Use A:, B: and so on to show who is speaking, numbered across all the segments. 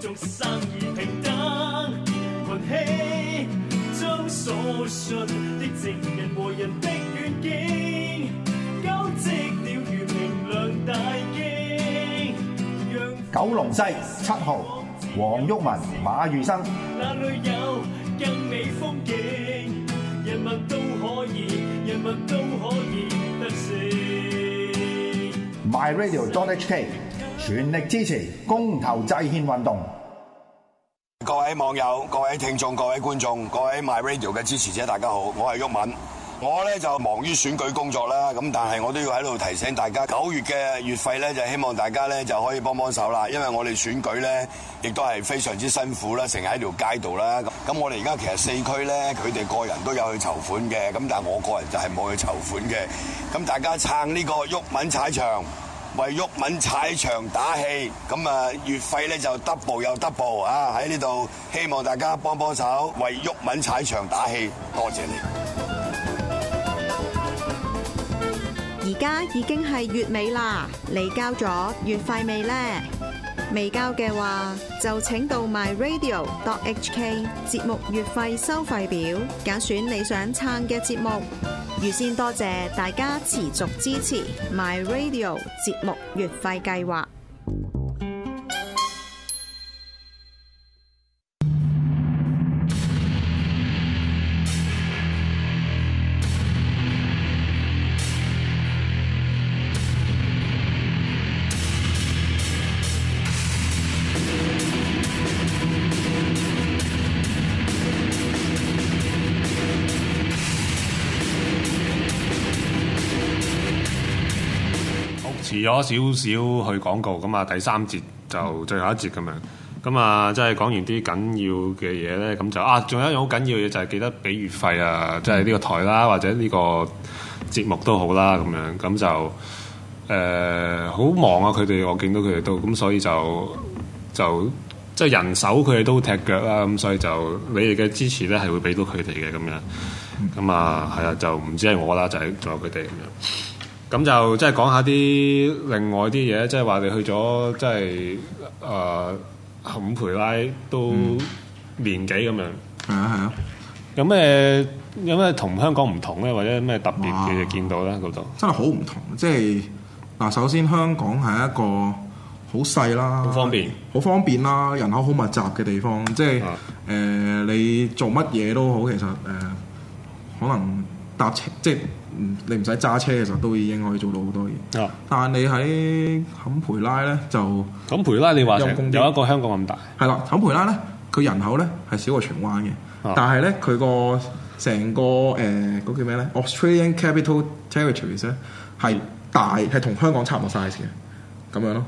A: 眾生而平等，運氣將所信的證人和人的願景，交織了如明亮大鏡，讓
B: 九龍西七號，黃毓民、馬如生，
A: 哪裏有更美風景？人民都可以，人民都可以得勝。
B: myradio.hk 全力支持公投制憲運動。
C: 各位網友、各位聽眾、各位觀眾、各位 My Radio 嘅支持者，大家好，我係毓民。我呢就忙於選舉工作啦，咁但係我都要喺度提醒大家，九月嘅月費呢，就希望大家呢就可以幫幫手啦，因為我哋選舉呢亦都係非常之辛苦啦，成日喺條街度啦。咁我哋而家其實四區呢，佢哋個人都有去籌款嘅，咁但係我個人就係冇去籌款嘅。咁大家撐呢個毓民踩場。為毓民踩場打氣，咁啊月費咧就 double 又 double 啊！喺呢度希望大家幫幫手，為毓民踩場打氣，多謝你。
D: 而家已經係月尾啦，你交咗月費未呢？未交嘅話，就請到 myradio.hk 節目月費收費表，揀選你想撐嘅節目。預先多謝大家持續支持 myradio 節目月費計劃。
E: 遲咗少少去廣告咁啊，第三節就最後一節咁樣。咁啊，即係講完啲緊要嘅嘢咧，咁就啊，仲有一樣好緊要嘅嘢就係記得俾月費啊，即係呢個台啦，或者呢個節目都好啦，咁樣咁就誒好、忙啊！佢哋我見到佢哋都咁，所以就就即係人手佢哋都踢腳啦，咁所以就你哋嘅支持咧係會俾到佢哋嘅咁樣。咁啊，係啊，就唔止係我啦，就係、仲有佢哋咁樣。咁就即係講下啲另外啲嘢，即係話你去咗即係誒坎培拉都年幾咁樣，
F: 係啊係啊，
E: 有咩有咩同香港唔同咧，或者咩特別嘅
F: 哇
E: 嘢見到咧嗰度？
F: 真係好唔同。即係嗱，首先香港係一個好細啦，
E: 好方便，
F: 好方便啦，人口好密集嘅地方。即係誒、
E: 啊
F: 呃你做乜嘢都好，其實誒、呃可能搭車，即係嗯你唔使揸車，其實都已經可以做到好多嘢。
E: 啊，
F: 但係你喺坎培拉咧就
E: 坎培拉你話
F: 陰公
E: 成
F: 啲
E: 有一個香港咁大，
F: 係啦，坎培拉咧，佢人口咧係少過荃灣嘅，
E: 啊
F: 但係咧佢個成個呃誒嗰、叫咩咧？Australian Capital Territories 咧係大係同香港差唔多 size 嘅，咁樣咯。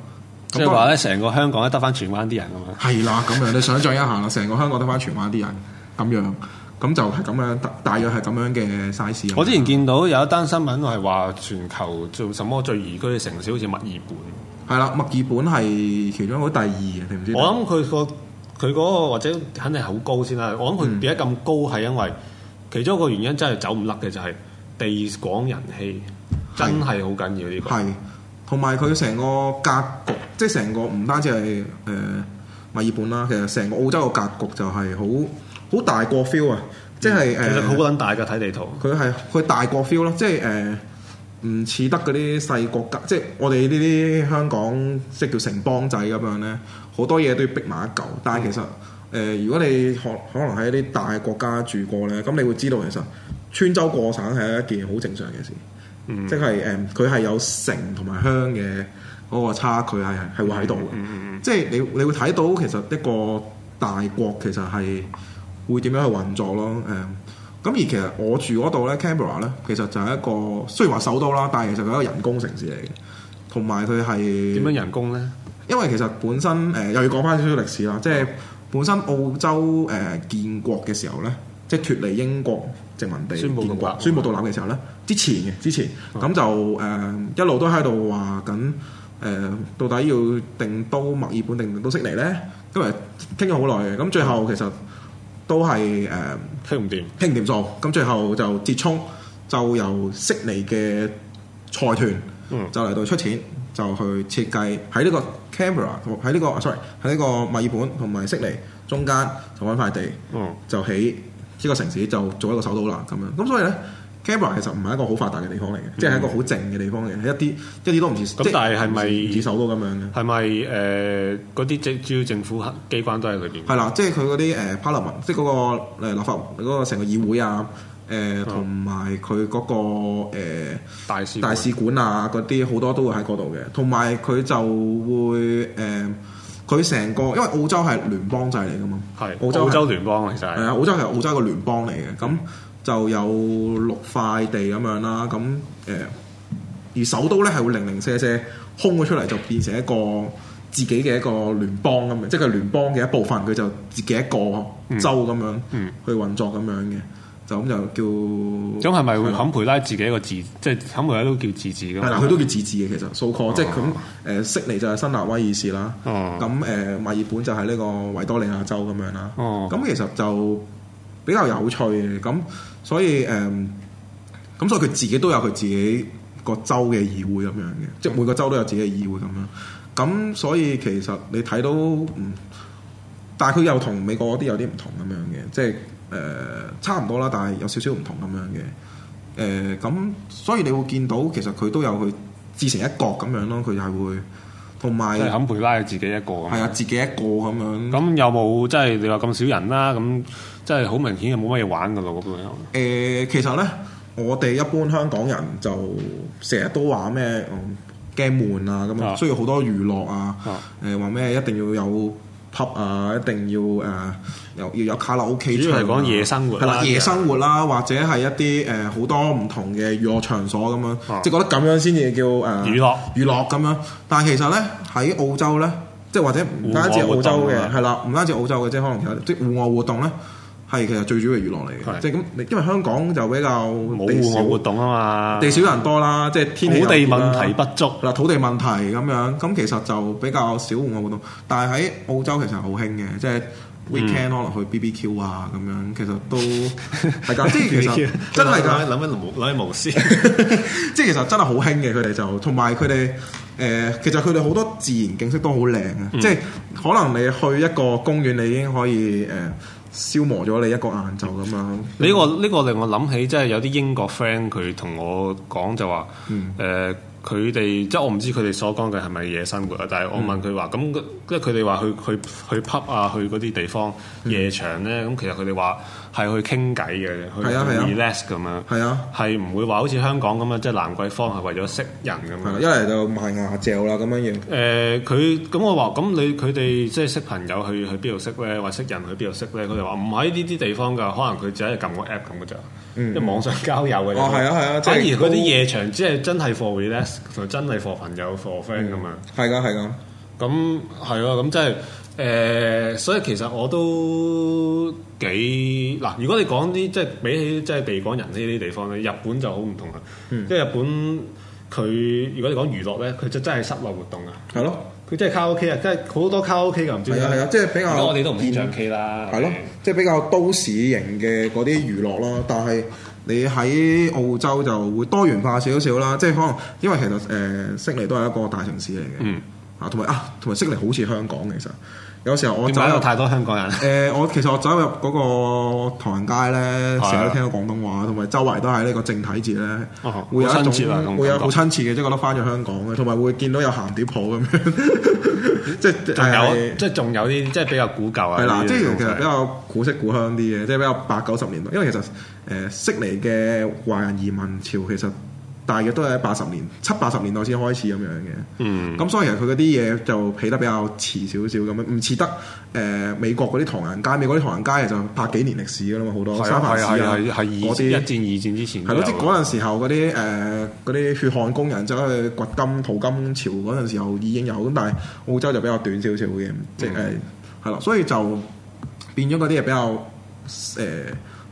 F: 咁
E: 即係話咧成個香港咧得翻荃灣啲人咁樣。
F: 係啦，咁樣你想象一下啦，成個香港得翻荃灣啲人咁樣，咁就係咁樣，大大約係咁樣嘅 size 咁樣。
E: 我之前見到有一單新聞係話全球做什麼最宜居嘅城市好似墨爾本。
F: 係啦，墨爾本係其中一個第二嘅，你唔知道？
E: 我諗佢個佢嗰個或者肯定係好高先啦。我
F: 嗯
E: 諗佢變得咁高係因為其中一個原因真係走唔甩嘅，就係地廣人稀，真係好緊要呢個。
F: 係，同埋佢成個格局，即係成個唔單止係誒墨爾本啦，其實成個澳洲嘅格局就係好好大國 feel 啊！即係誒，
E: 嗯其實好撚大㗎，睇地圖。
F: 佢係佢大國 feel 咯，即係誒唔似得嗰啲細國家，即係我哋呢啲香港即係叫城邦仔咁樣咧，好多嘢都要逼埋一嚿。
E: 嗯
F: 但係其實誒、呃如果你可可能喺啲大國家住過咧，咁你會知道其實穿州過省係一件好正常嘅事，
E: 嗯
F: 即係誒佢係有城同埋鄉嘅嗰個差距係係會喺
E: 嗯
F: 度嘅，即係你你會睇到其實一個大國其實係會點樣去運作咯，誒、咁而其實我住嗰度咧，Canberra 咧，其實就係一個雖然話首都啦，但係其實佢係一個人工城市嚟嘅，同埋佢係
E: 點樣人工咧？
F: 因為其實本身誒、呃又要講翻少少歷史啦，即
E: 嗯
F: 係本身澳洲誒、呃建國嘅時候咧，即係脱離英國殖民地
E: 宣布獨
F: 建國
E: 立嗯
F: 宣布獨立嘅時候咧，之前嘅之前咁就誒、呃一路都喺度話緊誒，到底要定都墨爾本定都悉尼咧？因為傾咗好耐嘅，咁最後其實都係誒。呃
E: 傾唔掂。
F: 傾唔掂數，咁最後就折衝，就由悉尼嘅財團
E: 嗯
F: 就嚟到出錢，就去設計喺呢個 Canberra 同喺呢個啊 sorry 喺呢個墨爾本同埋悉尼中間就揾塊地，
E: 嗯
F: 就起呢個城市就做一個首都啦咁樣。咁所以咧 Canberra 其實唔係一個好發達嘅地方嚟嘅，即係一個好靜嘅地方嚟嘅，一啲一啲都唔似。
E: 嗯咁
F: 即
E: 但係係咪
F: 唔似首都咁樣嘅？
E: 係咪誒嗰啲即主要政府機關都喺裏邊？
F: 係啦，即係佢嗰啲誒 parliament，即係嗰個呃誒立法嗰、個成個議會啊，誒同埋佢嗰個誒
E: 大嗯使
F: 大使館啊嗰啲好多都會喺嗰度嘅，同埋佢就會誒佢成個，因為澳洲係聯邦制嚟噶嘛，
E: 係
F: 澳洲
E: 澳
F: 係
E: 洲聯邦啊其實
F: 係
E: 係
F: 啊，澳洲係澳洲一個聯邦嚟嘅，咁就有六塊地咁樣啦，咁誒、呃而首都咧係會零零舍舍空咗出嚟，就變成一個自己嘅一個聯邦咁樣，即係佢聯邦嘅一部分，佢就自己一個州咁樣、
E: 嗯
F: 去運作咁樣嘅，就咁就叫
E: 咁係咪會
F: 啦
E: 坎培拉自己一個自即係坎培拉都叫自治㗎
F: 係啦，
E: 嘛？
F: 佢都叫自治嘅其實，so call，即係咁誒呃悉尼就係新南威爾士啦，
E: 哦
F: 咁誒墨爾本就係呢個維多利亞州咁樣啦，
E: 哦
F: 咁其實就比較有趣嘅，咁所以誒，咁所以佢自己都有佢自己個州嘅議會咁樣嘅，即係每個州都有自己嘅議會咁樣，咁所以其實你睇到嗯。但係佢又同美國嗰啲有啲唔同咁樣嘅，即係誒、呃差唔多啦，但係有少少唔同咁樣嘅。誒、咁，所以你會見到其實佢都有佢自成一角咁樣咯，佢就係會同埋
E: 即係坎培拉係自己一個咁
F: 係啊自己一個咁樣。誒、
E: 咁有冇即係你話咁少人啦？咁即係好明顯係冇乜嘢玩㗎咯嗰度。
F: 其實咧，我哋一般香港人就成日都話咩嗯驚悶啊咁
E: 啊
F: 啊，需要好多娛樂啊
E: 啊，
F: 誒話咩一定要有 pub 啊，一定要誒、呃有要有卡拉 OK
E: 主要係
F: 唱啊
E: 講夜生活
F: 係
E: 啦
F: 啦，夜生活啦，或者係一啲誒好多唔同嘅娛樂場所咁樣，
E: 啊
F: 即係覺得咁樣先至叫誒、呃
E: 娛樂
F: 娛樂咁樣。但係其實咧喺澳洲咧，即係或者唔單止
E: 戶外活
F: 澳洲
E: 動啊
F: 嘅係啦，唔單止澳洲嘅，即係可能其他即係戶外活動咧。係其實最主要嘅娛樂嚟
E: 係
F: 嘅，即係咁你，因為香港就比較
E: 冇
F: 地
E: 戶
F: 少
E: 外活動啊嘛，
F: 地少嗯人多啦，即係天氣
E: 土地
F: 又熱啦
E: 問題不足
F: 嗱土地問題咁樣，咁其實就比較少戶外活動。但係喺澳洲其實好興嘅，
G: 嗯
F: 即係 weekend 可能去 BBQ 啊咁樣，其實都 係㗎，即係其實真係㗎。
G: 諗緊無諗緊無私，
F: 即係其實真係好興嘅，佢哋就同埋佢哋誒，其實佢哋好多自然景色都好靚嘅，
G: 嗯
F: 即係可能你去一個公園，你已經可以誒、呃消磨咗你一個晏晝咁樣。
E: 呢、個呢、個令我諗起，即係有啲英國 friend 佢同我講就話，
F: 嗯
E: 誒佢哋即係我唔知佢哋所講嘅係咪夜生活啊，但係我
F: 嗯
E: 問佢話，咁即係佢哋話去去去 pub 啊，去嗰啲地方
F: 嗯
E: 夜場咧，咁其實佢哋話係去傾偈嘅，去
F: 係啊係啊
E: relax 咁樣，
F: 係啊，
E: 係唔會話好似香港咁樣，即係蘭桂坊係為咗識人咁
F: 係啊啦，
E: 樣
F: 一。嚟就賣牙嚼啦咁樣樣。
E: 誒呃佢咁我話咁你佢哋即係識朋友去去邊度識咧，或者識人去邊度識咧？佢哋話唔喺呢啲地方㗎，可能佢只係撳個 app 咁嘅咋，即係網上交友嘅啫。
F: 嗯哦係啊係啊即係
E: 反而嗰
F: 都
E: 啲夜場只係真係 for relax 同真係 for 朋友 for friend 咁樣。
F: 係㗎係㗎，
E: 咁係啊，咁即係誒，所以其實我都幾嗱。如果你講啲即係比起即係地廣人稀呢啲地方咧，日本就好唔同啦。
F: 嗯
E: 因為日本佢如果你講娛樂咧，佢就真係室內活動啊。
F: 係咯，
E: 佢真係卡拉 OK 啊，真係好多卡拉 OK 㗎，唔知
F: 係
E: 點
F: 啊
E: 解
F: 係啊，即係比
E: 而
F: 較
E: 家我哋都唔知唱 K 啦，
F: 係咯，即係比較都市型嘅嗰啲娛樂咯。但係你喺澳洲就會多元化少少啦，即係可能因為其實誒、呃悉尼都係一個大城市嚟嘅，
E: 嗯
F: 啊，同埋啊，同埋悉尼好似香港嘅其實有時候我
E: 點
F: 走
E: 解有
F: 入
E: 太多香港人？
F: 誒、我其實我走入嗰個唐人街咧，
E: 係啊
F: 成日都聽到廣東話，同埋周圍都係呢個正體字咧，
E: 哦
F: 會有
E: 好
F: 一
E: 親切啊咁
F: 種會有
E: 感覺
F: 好親切嘅，即係覺得翻咗香港嘅，同埋會見到有鹹碟鋪咁樣，
E: 啊
F: 即係呃
E: 仲
F: 係
E: 有即係仲有啲即係比較古舊啊，
F: 係啦，
E: 呢啲
F: 即係
E: 東西
F: 其實比較古色古香啲嘅，即係比較八九十年代。因為其實誒、呃悉尼嘅華人移民潮其實大約都係喺八十年七八十年代先開始咁樣嘅。
E: 嗯
F: 咁所以其實佢嗰啲嘢就起得比較遲少少咁樣，唔似得誒、呃美國嗰啲唐人街，美國啲唐人街其實百幾年歷史㗎啦嘛，好多
E: 係啊
F: 三藩
E: 係
F: 市
E: 啊係
F: 啊
E: 啊係啊係
F: 嗰
E: 二
F: 啲
E: 一戰二戰之前
F: 係咯，即係
E: 陣
F: 嗰陣時候嗰啲誒嗰啲血汗工人走去掘金淘金潮嗰陣時候已經有，咁但係澳洲就比較短少少嘅，即係誒係啦，所以就變咗嗰啲嘢比較誒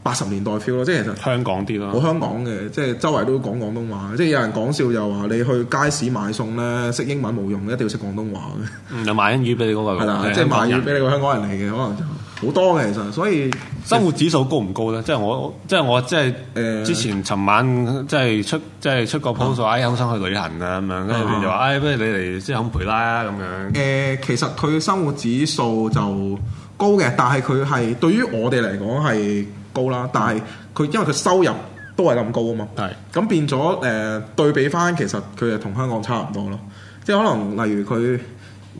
F: 八十年代 feel 咯，即係其實。
E: 香港啲咯
F: 好。香港嘅，即係周圍都講廣東話，即係有人講笑就話你去街市買餸咧，識英文冇用，一定要識廣東話嘅，
E: 嗯，有馬恩魚俾你嗰個
F: 係啦，即係賣嘢俾你個香港人嚟嘅，可能就好多嘅其實，所以
E: 生活指數高唔高咧？即係我，我即係我，即係
F: 誒哦
E: 之前尋晚即係出即係出個 post 話，哎，好想去旅行啊咁樣，跟住你就話，哎，不如你嚟即係肯培拉啦咁樣
F: 誒、。呃其實佢生活指數就高嘅，但係佢係對於我哋嚟講係高啦，但係佢因為佢收入都係咁高啊嘛，
E: 係
F: 咁變咗誒、對比翻，其實佢係同香港差唔多咯，即係可能例如佢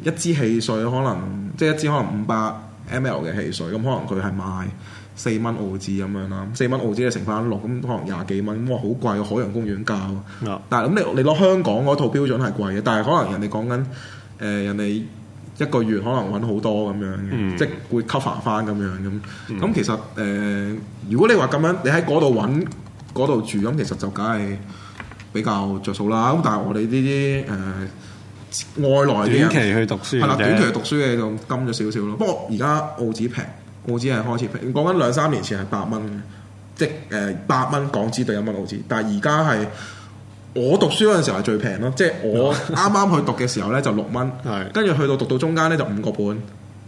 F: 一支汽水可能即係一支可能五百 ml 嘅汽水，咁可能佢係賣。四蚊澳紙咁樣啦，四蚊澳紙就乘翻六，咁可能廿幾蚊，咁哇好貴喎！海洋公園價喎
E: 啊
F: 但係咁你你攞香港嗰套標準係貴嘅，但係可能人哋講緊誒呃人哋一個月可能揾好多咁樣嘅，
E: 嗯
F: 即係會 cover 翻咁樣咁。咁、其實誒、呃如果你話咁樣，你喺嗰度揾嗰度住，咁其實就梗係比較着數啦。咁但係我哋呢啲誒外來嘅人
E: 短期去讀書
F: 係啦，
E: 嘅
F: 短期讀書嘅就金咗少少咯。不過而家澳紙平，澳紙係開始平。講緊兩三年前係八蚊嘅，即係誒八蚊港紙對一蚊澳紙，但係而家係。我讀書嗰陣時候係最平咯，即係 我啱啱去讀嘅時候咧就六蚊
E: 係，
F: 跟住去到讀到中間咧就五個半，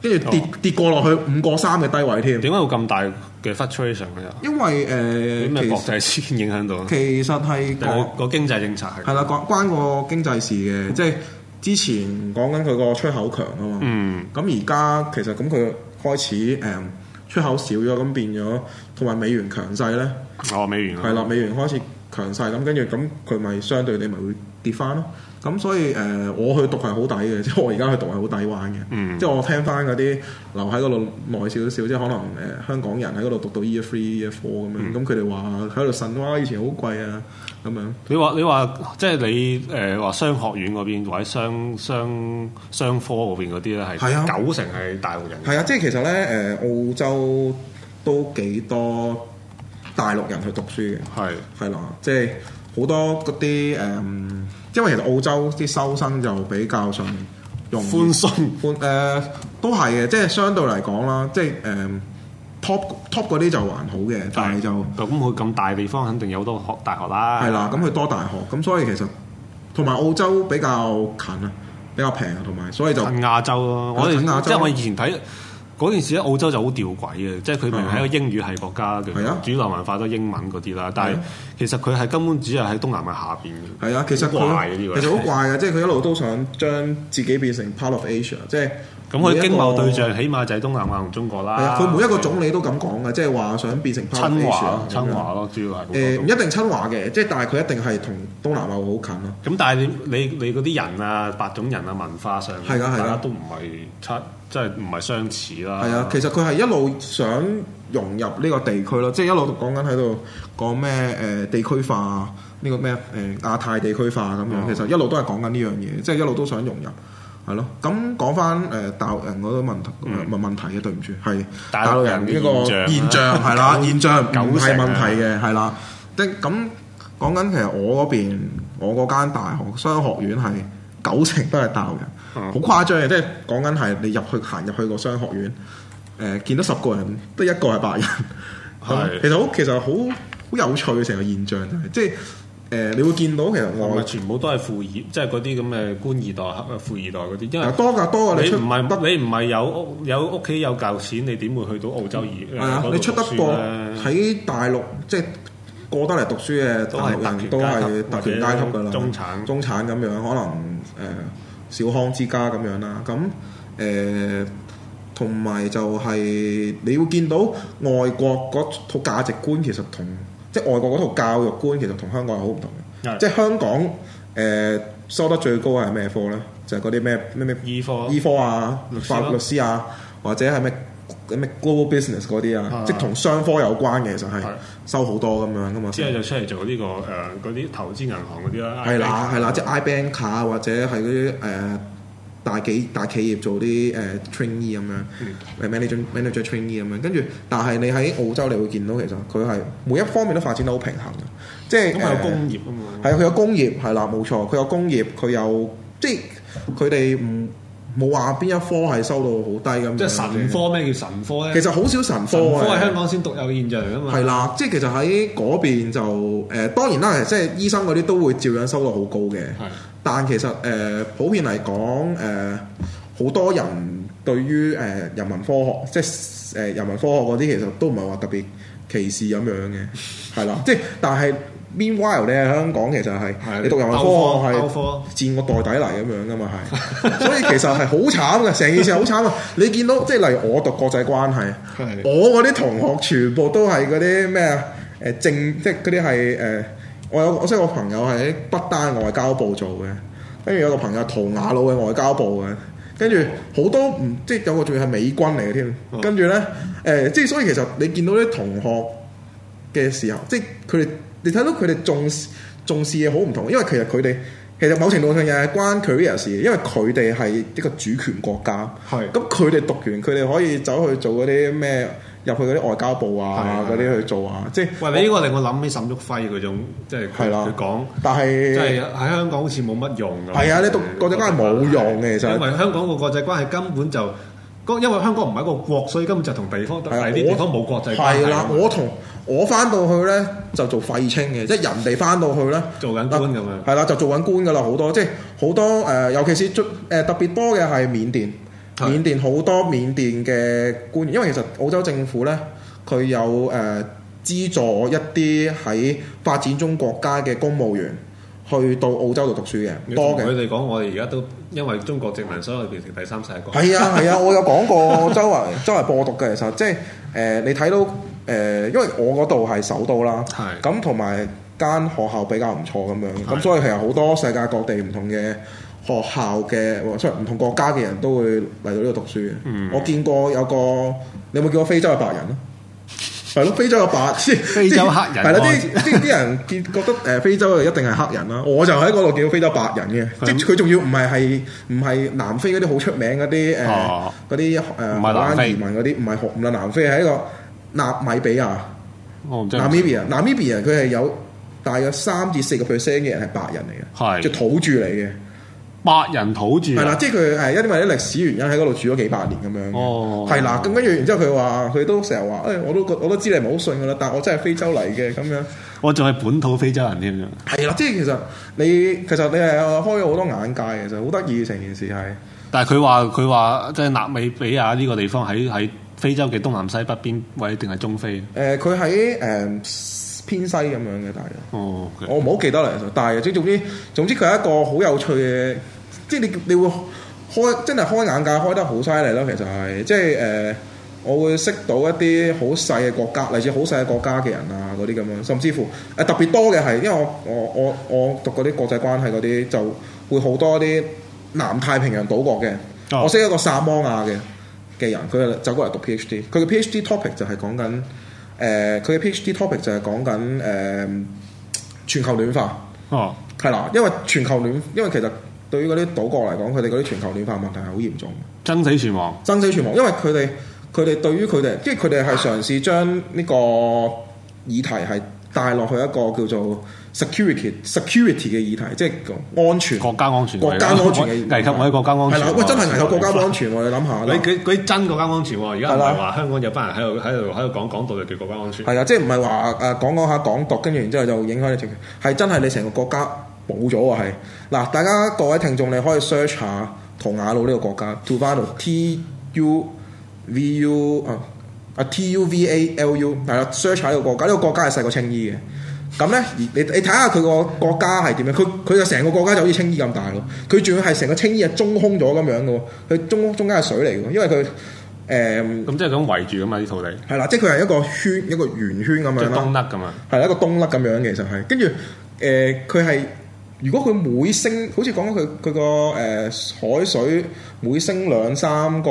F: 跟住跌跌過落去五個三嘅低位添。
E: 點解會咁大嘅 fluctuation 嘅？
F: 因為誒、
E: 有啲咩
F: 呃
E: 啊
F: 其
E: 國
F: 實
E: 際事件影響到？
F: 其實係講
E: 個個經濟政策係
F: 係啦，關關個經濟事嘅，即係之前講緊佢個出口強啊嘛。
E: 嗯
F: 咁而家其實咁佢開始誒、嗯出口少咗，咁變咗同埋美元強勢咧，
E: 哦美元啊
F: 係啦，美元開始強勢，咁跟住咁佢咪相對你咪會跌翻咯。咁所以誒、呃我去讀係好抵嘅， 即係我而家去讀係好抵玩嘅。
E: 嗯
F: 即係我聽翻嗰啲留喺嗰度耐少少，即係可能誒、呃香港人喺嗰度讀到 E year three、year four 咁樣，
E: 嗯
F: 咁佢哋話喺度呻哇，以前好貴啊咁樣。
E: 你話你話即係你誒話商學院嗰邊或者商商商科嗰邊嗰啲咧係
F: 係啊
E: 九成係大陸人
F: 係啊，即係其實咧，誒、澳洲都幾多大陸人去讀書嘅，
E: 係
F: 係啦，即係好多嗰啲誒，因為其實澳洲啲收生就比較上容易
E: 寬鬆
F: 寬誒、都係嘅，即係相對嚟講啦，即係誒、top top 嗰啲就還好嘅，但係就
E: 咁佢咁大地方肯定有好多學大學啦
F: 係啦，咁佢多大學，咁所以其實同埋澳洲比較近啊，比較平啊，同埋所以就
E: 近亞洲咯，我哋
F: 近亞
E: 即
F: 洲
E: 係我以前睇嗰件事咧，澳洲就好吊詭嘅，即係佢明明係一個英語系國家
F: 啊係啊
E: 嘅，主流文化都係英文嗰啲啦，但
F: 係
E: 係
F: 啊
E: 其實佢係根本只係喺東南亞下邊嘅。
F: 係啊，其實
E: 好怪嘅呢
F: 佢
E: 個
F: 其實好怪啊嘅，即係佢一路都想將自己變成 part of Asia，即係
E: 咁佢經貿對
F: 每一
E: 象起碼就係東南亞同中國
F: 個係
E: 啦
F: 啊，。佢每一個總理都咁講嘅，即係話想變成 part of
E: 親華啊
F: Asia 咁樣。
E: 親華咯，主要係嗰個
F: 誒唔一定親華嘅，即係但係佢一定係同東南亞好近咯。
E: 咁但係你你你嗰啲人啊、白種人啊、文化上，
F: 係㗎係㗎
E: 大家都唔係差，即係唔係相似啦。
F: 係啊，其實佢係一路想融入呢個地區咯，即係一路講緊喺度講咩誒地區化呢個咩誒、亞太地區化咁樣，
E: 嗯
F: 其實一路都係講緊呢樣嘢，即係一路都想融入。係咯，咁講翻誒大陸人嗰個問題，唔係問題嘅，對唔住，係
E: 嗯大陸
F: 大陸人
E: 人
F: 呢
E: 嘅
F: 個現
E: 現象
F: 象 係啦，現象唔
E: 九
F: 係
E: 成啊
F: 問題嘅，係啦。即咁講緊其實我嗰邊，我嗰間大學商學院係九成都係大陸人。
E: 嗯
F: 好誇張嘅，即係講緊係你入去行入去個商學院，誒、見到十個人得一個係白人，
E: 係
F: 咁其實好其實好好有趣嘅成個現象就係，即係誒、你會見到其實
E: 唔係
F: 外
E: 全部都係富二，即係嗰啲咁嘅官二代、富二代嗰啲，因為
F: 啊多㗎多㗎，
E: 你
F: 出
E: 唔係
F: 得
E: 你唔係有屋有屋企有嚿錢，你點會去到澳洲呃而
F: 係啊，你出得過喺大陸即係。過得嚟讀書嘅
E: 都
F: 大
E: 係
F: 陸人
E: 特
F: 都
E: 權階
F: 係
E: 級
F: 特權階級㗎啦，
E: 或者中產
F: 中產咁樣，可能誒、呃小康之家咁樣啦。咁誒同埋就係、你會見到外國嗰套價值觀其實同即係外國嗰套教育觀其實同香港係好唔同嘅。
E: 係
F: 即係香港誒、呃收得最高係咩科咧？就係嗰啲咩咩咩
E: 醫科
F: 醫科啊、
E: 律師
F: 法
E: 啦
F: 律師啊，或者係咩咩 global business 嗰啲啊，
E: 啊
F: 即係同商科有關嘅，其實係
E: 係
F: 收好多咁樣噶嘛。
E: 之後就出嚟做呢個誒嗰啲投資銀行嗰啲啦，
F: 係啦，係啦，即係 iBank 卡或者係嗰啲誒大企大企業做啲誒 trainee 咁
E: 嗯
F: 樣，誒 manager manager trainee 咁樣，跟住但係你喺澳洲你會見到其實佢係每一方面都發展得好平衡嘅，即係
E: 咁係有
F: 誒
E: 工業啊嘛，
F: 係啊，佢有工業係啦，冇錯，佢有工業，佢有即係佢哋唔冇話邊一科係收到好低咁樣。
E: 即係神科咩叫神科咧？
F: 其實好少神科
E: 神科
F: 啊嘅
E: 係香港先獨有嘅現象啊嚟㗎嘛。
F: 係啦，即係其實喺嗰邊就誒、呃，當然啦，即係醫生嗰啲都會照樣收到好高嘅。
E: 係
F: 但其實誒、呃普遍嚟講誒，好、多人對於誒、呃人文科學，即係誒、呃人文科學嗰啲，其實都唔係話特別歧視咁樣嘅，係啦。即係但係 meanwhile 你喺香港其實係
G: 係
F: 你讀人文科
G: 鬥科
F: 學
G: 鬥
F: 係
G: 科
F: 戰國代底嚟咁樣噶啊嘛係，所以其實係好慘嘅，成件事好慘啊！你見到即係例如我讀國際關係
G: 係，
F: 我嗰啲同學全部都係嗰啲咩啊？誒、政即係嗰啲係誒，我有我識個朋友係喺北丹外交部做嘅，跟住有個朋友係圖瓦魯嘅外交部嘅。跟住好多唔即係有個仲要係美軍嚟嘅添，
G: 哦
F: 跟住咧誒，即係所以其實你見到啲同學嘅時候，即係佢哋你睇到佢哋重視重視嘢好唔同，因為其實佢哋其實某程度上又係關 career 事嘅，因為佢哋係一個主權國家，
G: 係
F: 咁佢哋讀完佢哋可以走去做嗰啲咩入去嗰啲外交部啊
G: 係
F: 嗰
G: 係
F: 啲去做啊，即係
G: 喂，你呢個令我諗起沈旭輝嗰種，即係佢
F: 係啦
G: 佢講，
F: 但
G: 即
F: 係
G: 係喺香港好似冇乜用咁。
F: 係啊你讀國際關係冇用嘅其實
G: 因為香港個國際關係根本就，因為香港唔係一個國，所以根本就同地方第
F: 係啊
G: 啲地方冇國際關係。啊
F: 係啦，我同我翻到去咧就做廢青嘅，即係人哋翻到去咧
G: 做緊官咁樣
F: 係啦，就做緊官噶啦，好多即係好多誒、呃尤其是最誒、呃特別多嘅係緬甸，
G: 係
F: 緬甸好多緬甸嘅官員，因為其實澳洲政府咧佢有誒、呃、資助一啲喺發展中國家嘅公務員去到澳洲度讀書嘅，
G: 你
F: 多
G: 同佢
F: 嘅。
G: 哋講，我哋而家都因為中國殖民，所以我哋變成第三世界國。
F: 係啊係啊，我有講過周圍 周圍播毒嘅，其實即係誒、呃你睇到誒、呃因為我嗰度係首都啦，
G: 係
F: 咁同埋間學校比較唔錯咁樣，咁所以其實好多世界各地唔同嘅學校嘅，或者唔同國家嘅人都會嚟到呢度讀書嘅。
G: 嗯
F: 我見過有個，你有冇見過非洲嘅白人啊？係咯，非洲嘅白，非
G: 洲黑人
F: 係
G: 我
F: 啦，啲
G: 知
F: 啲啲人見覺得誒呃非洲一定係黑人啦，我就喺嗰度見到非洲白人嘅，即係佢仲要唔係係唔係南非嗰啲好出名嗰啲誒
E: 哦
F: 嗰啲呃
E: 唔係南
F: 誒荷蘭
E: 非
F: 移民嗰啲，唔係荷唔係南非，係一個納米比亞。
E: 我唔知。
F: 南 a m i 南 b i a 佢係有大約三至四個 percent 嘅人係白人嚟嘅，
E: 係
F: 就土著嚟嘅，
E: 白人土著
F: 係啦，
E: 啊，
F: 即係佢係因為啲歷史原因喺嗰度住咗幾百年咁樣，
E: 哦
F: 係啦，咁跟住然之後佢話佢都成日話，哎誒我都覺我都知你唔係好信噶啦，但我真係非洲嚟嘅咁樣，
E: 我仲係本土非洲人添。
F: 係啦，即係其實你其實你係開咗好多眼界，其實好得意成件事係。
E: 但係佢話佢話即係納米比亞呢個地方喺喺非洲嘅東南西北邊，或定係中非？
F: 誒佢喺誒偏西咁樣嘅，大約
E: 哦，OK，
F: 我唔好記得啦，其實但係即係總之總之佢係一個好有趣嘅，即係你你會開真係開眼界開得好犀利咯，其實係即係誒、呃我會識到一啲好細嘅國家，嚟自好細嘅國家嘅人啊，嗰啲咁樣，甚至乎誒、呃特別多嘅係，因為我我我我讀嗰啲國際關係嗰啲就會好多啲南太平洋島國嘅，
E: 哦
F: 我識一個薩摩亞嘅。嘅人，佢係走過嚟讀 PhD，佢嘅 PhD topic 就係講緊誒，佢嘅 PhD topic 就係講緊誒全球暖化，
E: 哦，
F: 係啦，因為全球暖，因為其實對於嗰啲島國嚟講，佢哋嗰啲全球暖化問題係好嚴重，
E: 真死存亡。
F: 生死存亡，因為佢哋佢哋對於佢哋，即係佢哋係嘗試將呢個議題係帶落去一個叫做 security security 嘅議題，即係安全
E: 國家安全
F: 國家安全嘅
E: 危及我哋國家安全
F: 係啦，喂，真係危及國家安全喎！你諗下，
G: 你佢佢真國家安全喎，而家唔
F: 係啦
G: 係話香港有班人喺度喺度喺度講講道就叫國家安全。
F: 係啊，即係唔係話誒講講下港獨，跟住然之後就影響你情緒，係真係你成個國家冇咗啊！係嗱，大家各位聽眾你可以 search 下圖瓦魯呢個國家 t u v a l u T U V U 啊啊 T U V A L U 係啦，search 下呢個國家，呢、個國家係細過青衣嘅。咁咧，而你你睇下佢個國家係點樣？佢佢嘅成個國家就好似青衣咁大咯。佢仲要係成個青衣係中空咗咁樣嘅喎，佢中中間係水嚟嘅喎，因為佢誒。嗯
E: 咁即係咁圍住噶嘛呢套地，
F: 係啦，即係佢係一個圈，一個圓圈咁
E: 即係
F: 樣
E: 東甩
F: 啦，
E: 噶嘛。
F: 係啦，一個東甩咁樣嘅其實係，跟住誒佢係如果佢每升，好似講緊佢佢個誒海水每升兩三個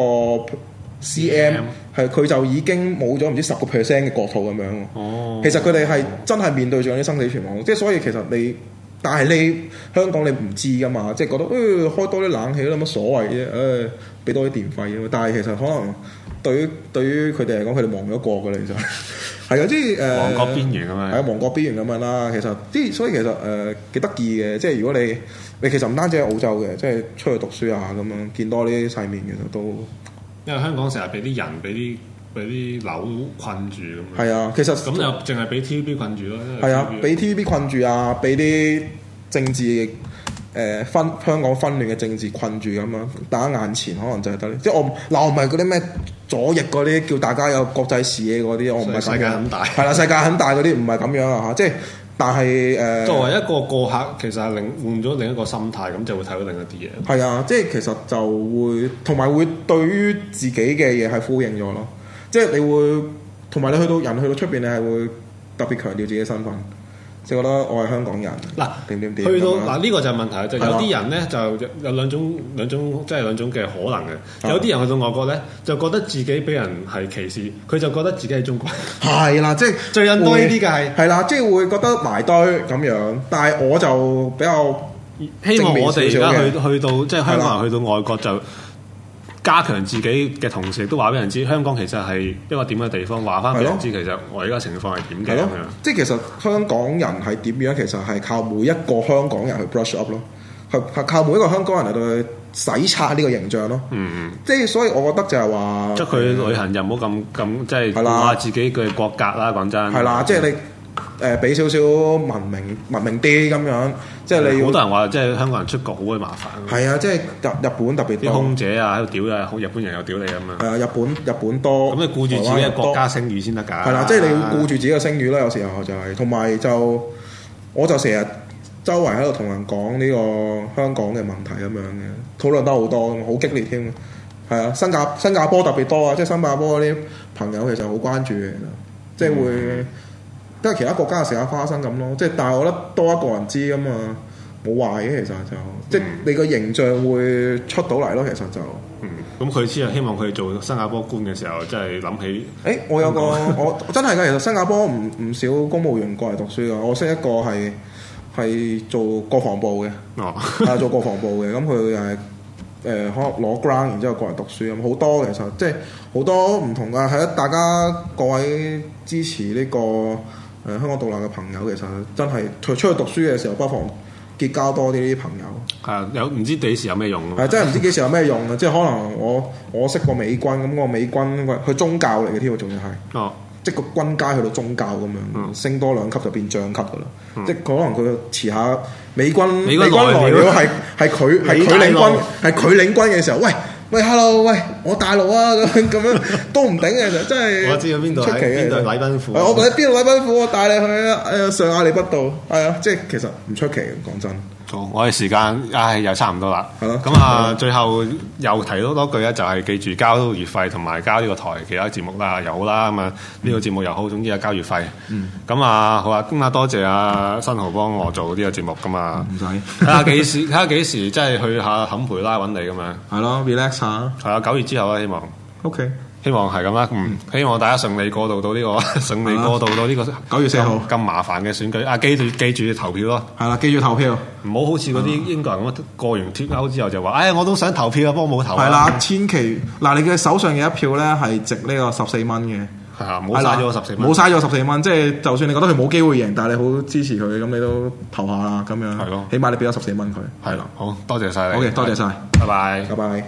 F: cm，係佢就已經冇咗唔知十個 percent 嘅國土咁樣喎。
E: 哦，
F: 其實佢哋係真係面對住啲生死存亡，即係所以其實你，但係你香港你唔知噶嘛，即係覺得誒、呃、開多啲冷氣啦，乜所謂啫？誒、呃俾多啲電費啫嘛。但係其實可能對於對於佢哋嚟講，佢哋忘咗國噶啦，其實係啊，即係誒。呃
E: 亡國邊緣咁樣
F: 係啊，亡國邊緣咁樣啦。其實即係所以其實誒幾得意嘅，即係如果你你其實唔單止喺澳洲嘅，即係出去讀書啊咁樣，見多啲世面其實都。
G: 因為香港成日俾啲人俾啲俾啲樓困住咁
E: 嗯
G: 樣。
F: 係啊其實
G: 咁就淨係俾 TVB 困住咯。因為
F: 係啊，
G: TVB
F: 俾 TVB 困住啊，俾啲政治誒分香港分亂嘅政治困住咁樣，大家眼前可能就係得呢。即係我唔嗱，我唔係嗰啲咩左翼嗰啲叫大家有國際視野嗰啲，我唔係咁樣
E: 世界很大
F: 係啦，世界很大嗰啲唔係咁樣啊嚇，即係但係誒。呃
E: 作為一個過客，其實係另換咗另一個心態，咁就會睇到另一啲嘢。
F: 係啊，即係其實就會同埋會對於自己嘅嘢係呼應咗咯。即係你會同埋你去到人去到出邊，你係會特別強調自己嘅身份，即係覺得我係香港人。
E: 嗱，
F: 點點點
E: 去到
F: 咁樣
E: 嗱呢個就係問題啦，就
F: 係
E: 有
F: 啦
E: 啲人咧就有兩種兩種即係兩種嘅可能嘅，
F: 啊
E: 有啲人去到外國咧就覺得自己俾人係歧視，佢就覺得自己係中國人。
F: 係啦，即係
E: 最近多呢啲嘅係
F: 係啦，即係會覺得埋堆咁樣，但係我就比較
E: 希望我哋而家去
F: 正面少
E: 去到即係香
F: 係
E: 港
F: 啦
E: 人去到外國就加強自己嘅同時，亦都話俾人知香港其實係一個點嘅地方，話翻俾
F: 係咯
E: 人知其實我而家情況係
F: 係
E: 點嘅咁
F: 咯
E: 樣。，
F: 即係其實香港人係點樣？其實係靠每一個香港人去 brush up 咯，係係靠每一個香港人嚟到去洗刷呢個形象咯。
E: 嗯，
F: 即係所以，我覺得就係話，
E: 即係佢旅行就唔好咁咁，即係
F: 係啦
E: 顧下自己嘅國格啦。講真，
F: 係啦，即係你誒俾少少文明文明啲咁樣，即係你要
E: 好多人話，即係香港人出國好鬼麻煩。
F: 係啊，即係日日本特別
E: 啲
F: 多
E: 空，姐啊喺度屌啊，好日本人又屌你咁樣。
F: 係啊，日本日本多，
E: 咁你顧住自己
F: 台灣又
E: 嘅
F: 多
E: 國家聲譽先得㗎。
F: 哦係啦，即係你要顧住自己嘅聲譽啦，有時候就係同埋就我就成日周圍喺度同人講呢個香港嘅問題咁樣嘅，討論得好多咁，好激烈添。係啊，新加新加坡特別多啊，即係新加坡嗰啲朋友其實好關注嘅，其實即係會因為其他國家成日花生咁咯。即係但係我覺得多一個人知咁嘛，冇壞嘅其實就即係你個形象會出到嚟咯，其實就。
E: 嗯，咁佢之後希望佢做新加坡官嘅時候，即係諗起
F: 誒、我有個我真係㗎，其實新加坡唔唔少公務員過嚟讀書㗎。我識一個係係做國防部嘅，
E: 哦，
F: 係做國防部嘅，咁佢又係誒可能攞 ground，然之後過嚟讀書咁，好多其實即係好多唔同啊！係啊，大家各位支持呢、個誒、呃香港獨立嘅朋友，其實真係出出去讀書嘅時候，不妨結交多啲呢啲朋友。
E: 係啊有唔知幾時有咩用㗎嘛
F: 係真係唔知幾時有咩用啊！即係可能我我識個美軍，咁個美軍佢佢宗教嚟嘅添喎，仲要係。
E: 哦，
F: 即係個軍階去到宗教咁樣，
E: 嗯
F: 升多兩級就變將級噶啦。即係可能佢遲下美軍
E: 美軍
F: 來
E: 來
F: 了
E: 了
F: 係係佢係
E: 李
F: 佢
E: 大
F: 領軍
E: 陸
F: 係佢領軍嘅時候，喂喂 hello 喂我大陸啊咁樣咁樣都唔頂嘅，其實真係
E: 我知道邊度
F: 出奇
E: 喺
F: 嘅
E: 邊度
F: 其實
E: 禮賓府
F: 係我覺得邊度禮賓府，我帶你去啊誒上亞厘畢道，係啊，即係其實唔出奇嘅，講真。
E: 好，我哋時間唉又差唔多啦。
F: 係咯
E: 咁啊，最後又提多多句咧，啊就係記住交月費同埋交呢個台其他節目啦，又好啦咁啊，呢
F: 嗯
E: 個節目又好，總之啊交月費。咁啊，好啊，咁啊多謝啊新豪幫我做呢個節目啊噶嘛。
F: 唔使
E: 睇下幾時，睇 下幾時即係去下坎培拉揾你咁樣。
F: 係咯，relax 下
E: 係啊，九月之後啦，希望。
F: ，OK，
E: 希望係咁啦，嗯，希望大家順利過渡到呢、個 順利過渡到呢、個
F: 9月4號啊
E: 咁咁麻煩嘅選舉啊！記住記住投票咯，
F: 係啦，記住投票，
E: 唔好好似嗰
F: 啊
E: 啲英國人咁過完脱歐之後就話，唉、我都想投票啊，不過冇投啊
F: 係啦，，千祈嗱你嘅手上嘅一票咧係值呢個十四蚊嘅。
E: 係啊，冇嘥咗十四蚊，
F: 冇嘥咗十四蚊，即係就算你覺得佢冇機會贏，但係你好支持佢，咁你都投下啦，咁樣，
E: 係咯
F: 起碼你俾咗十四蚊佢，
E: 係啦，好多謝晒你
F: ，OK，多謝晒，
E: 拜拜
F: 拜。拜。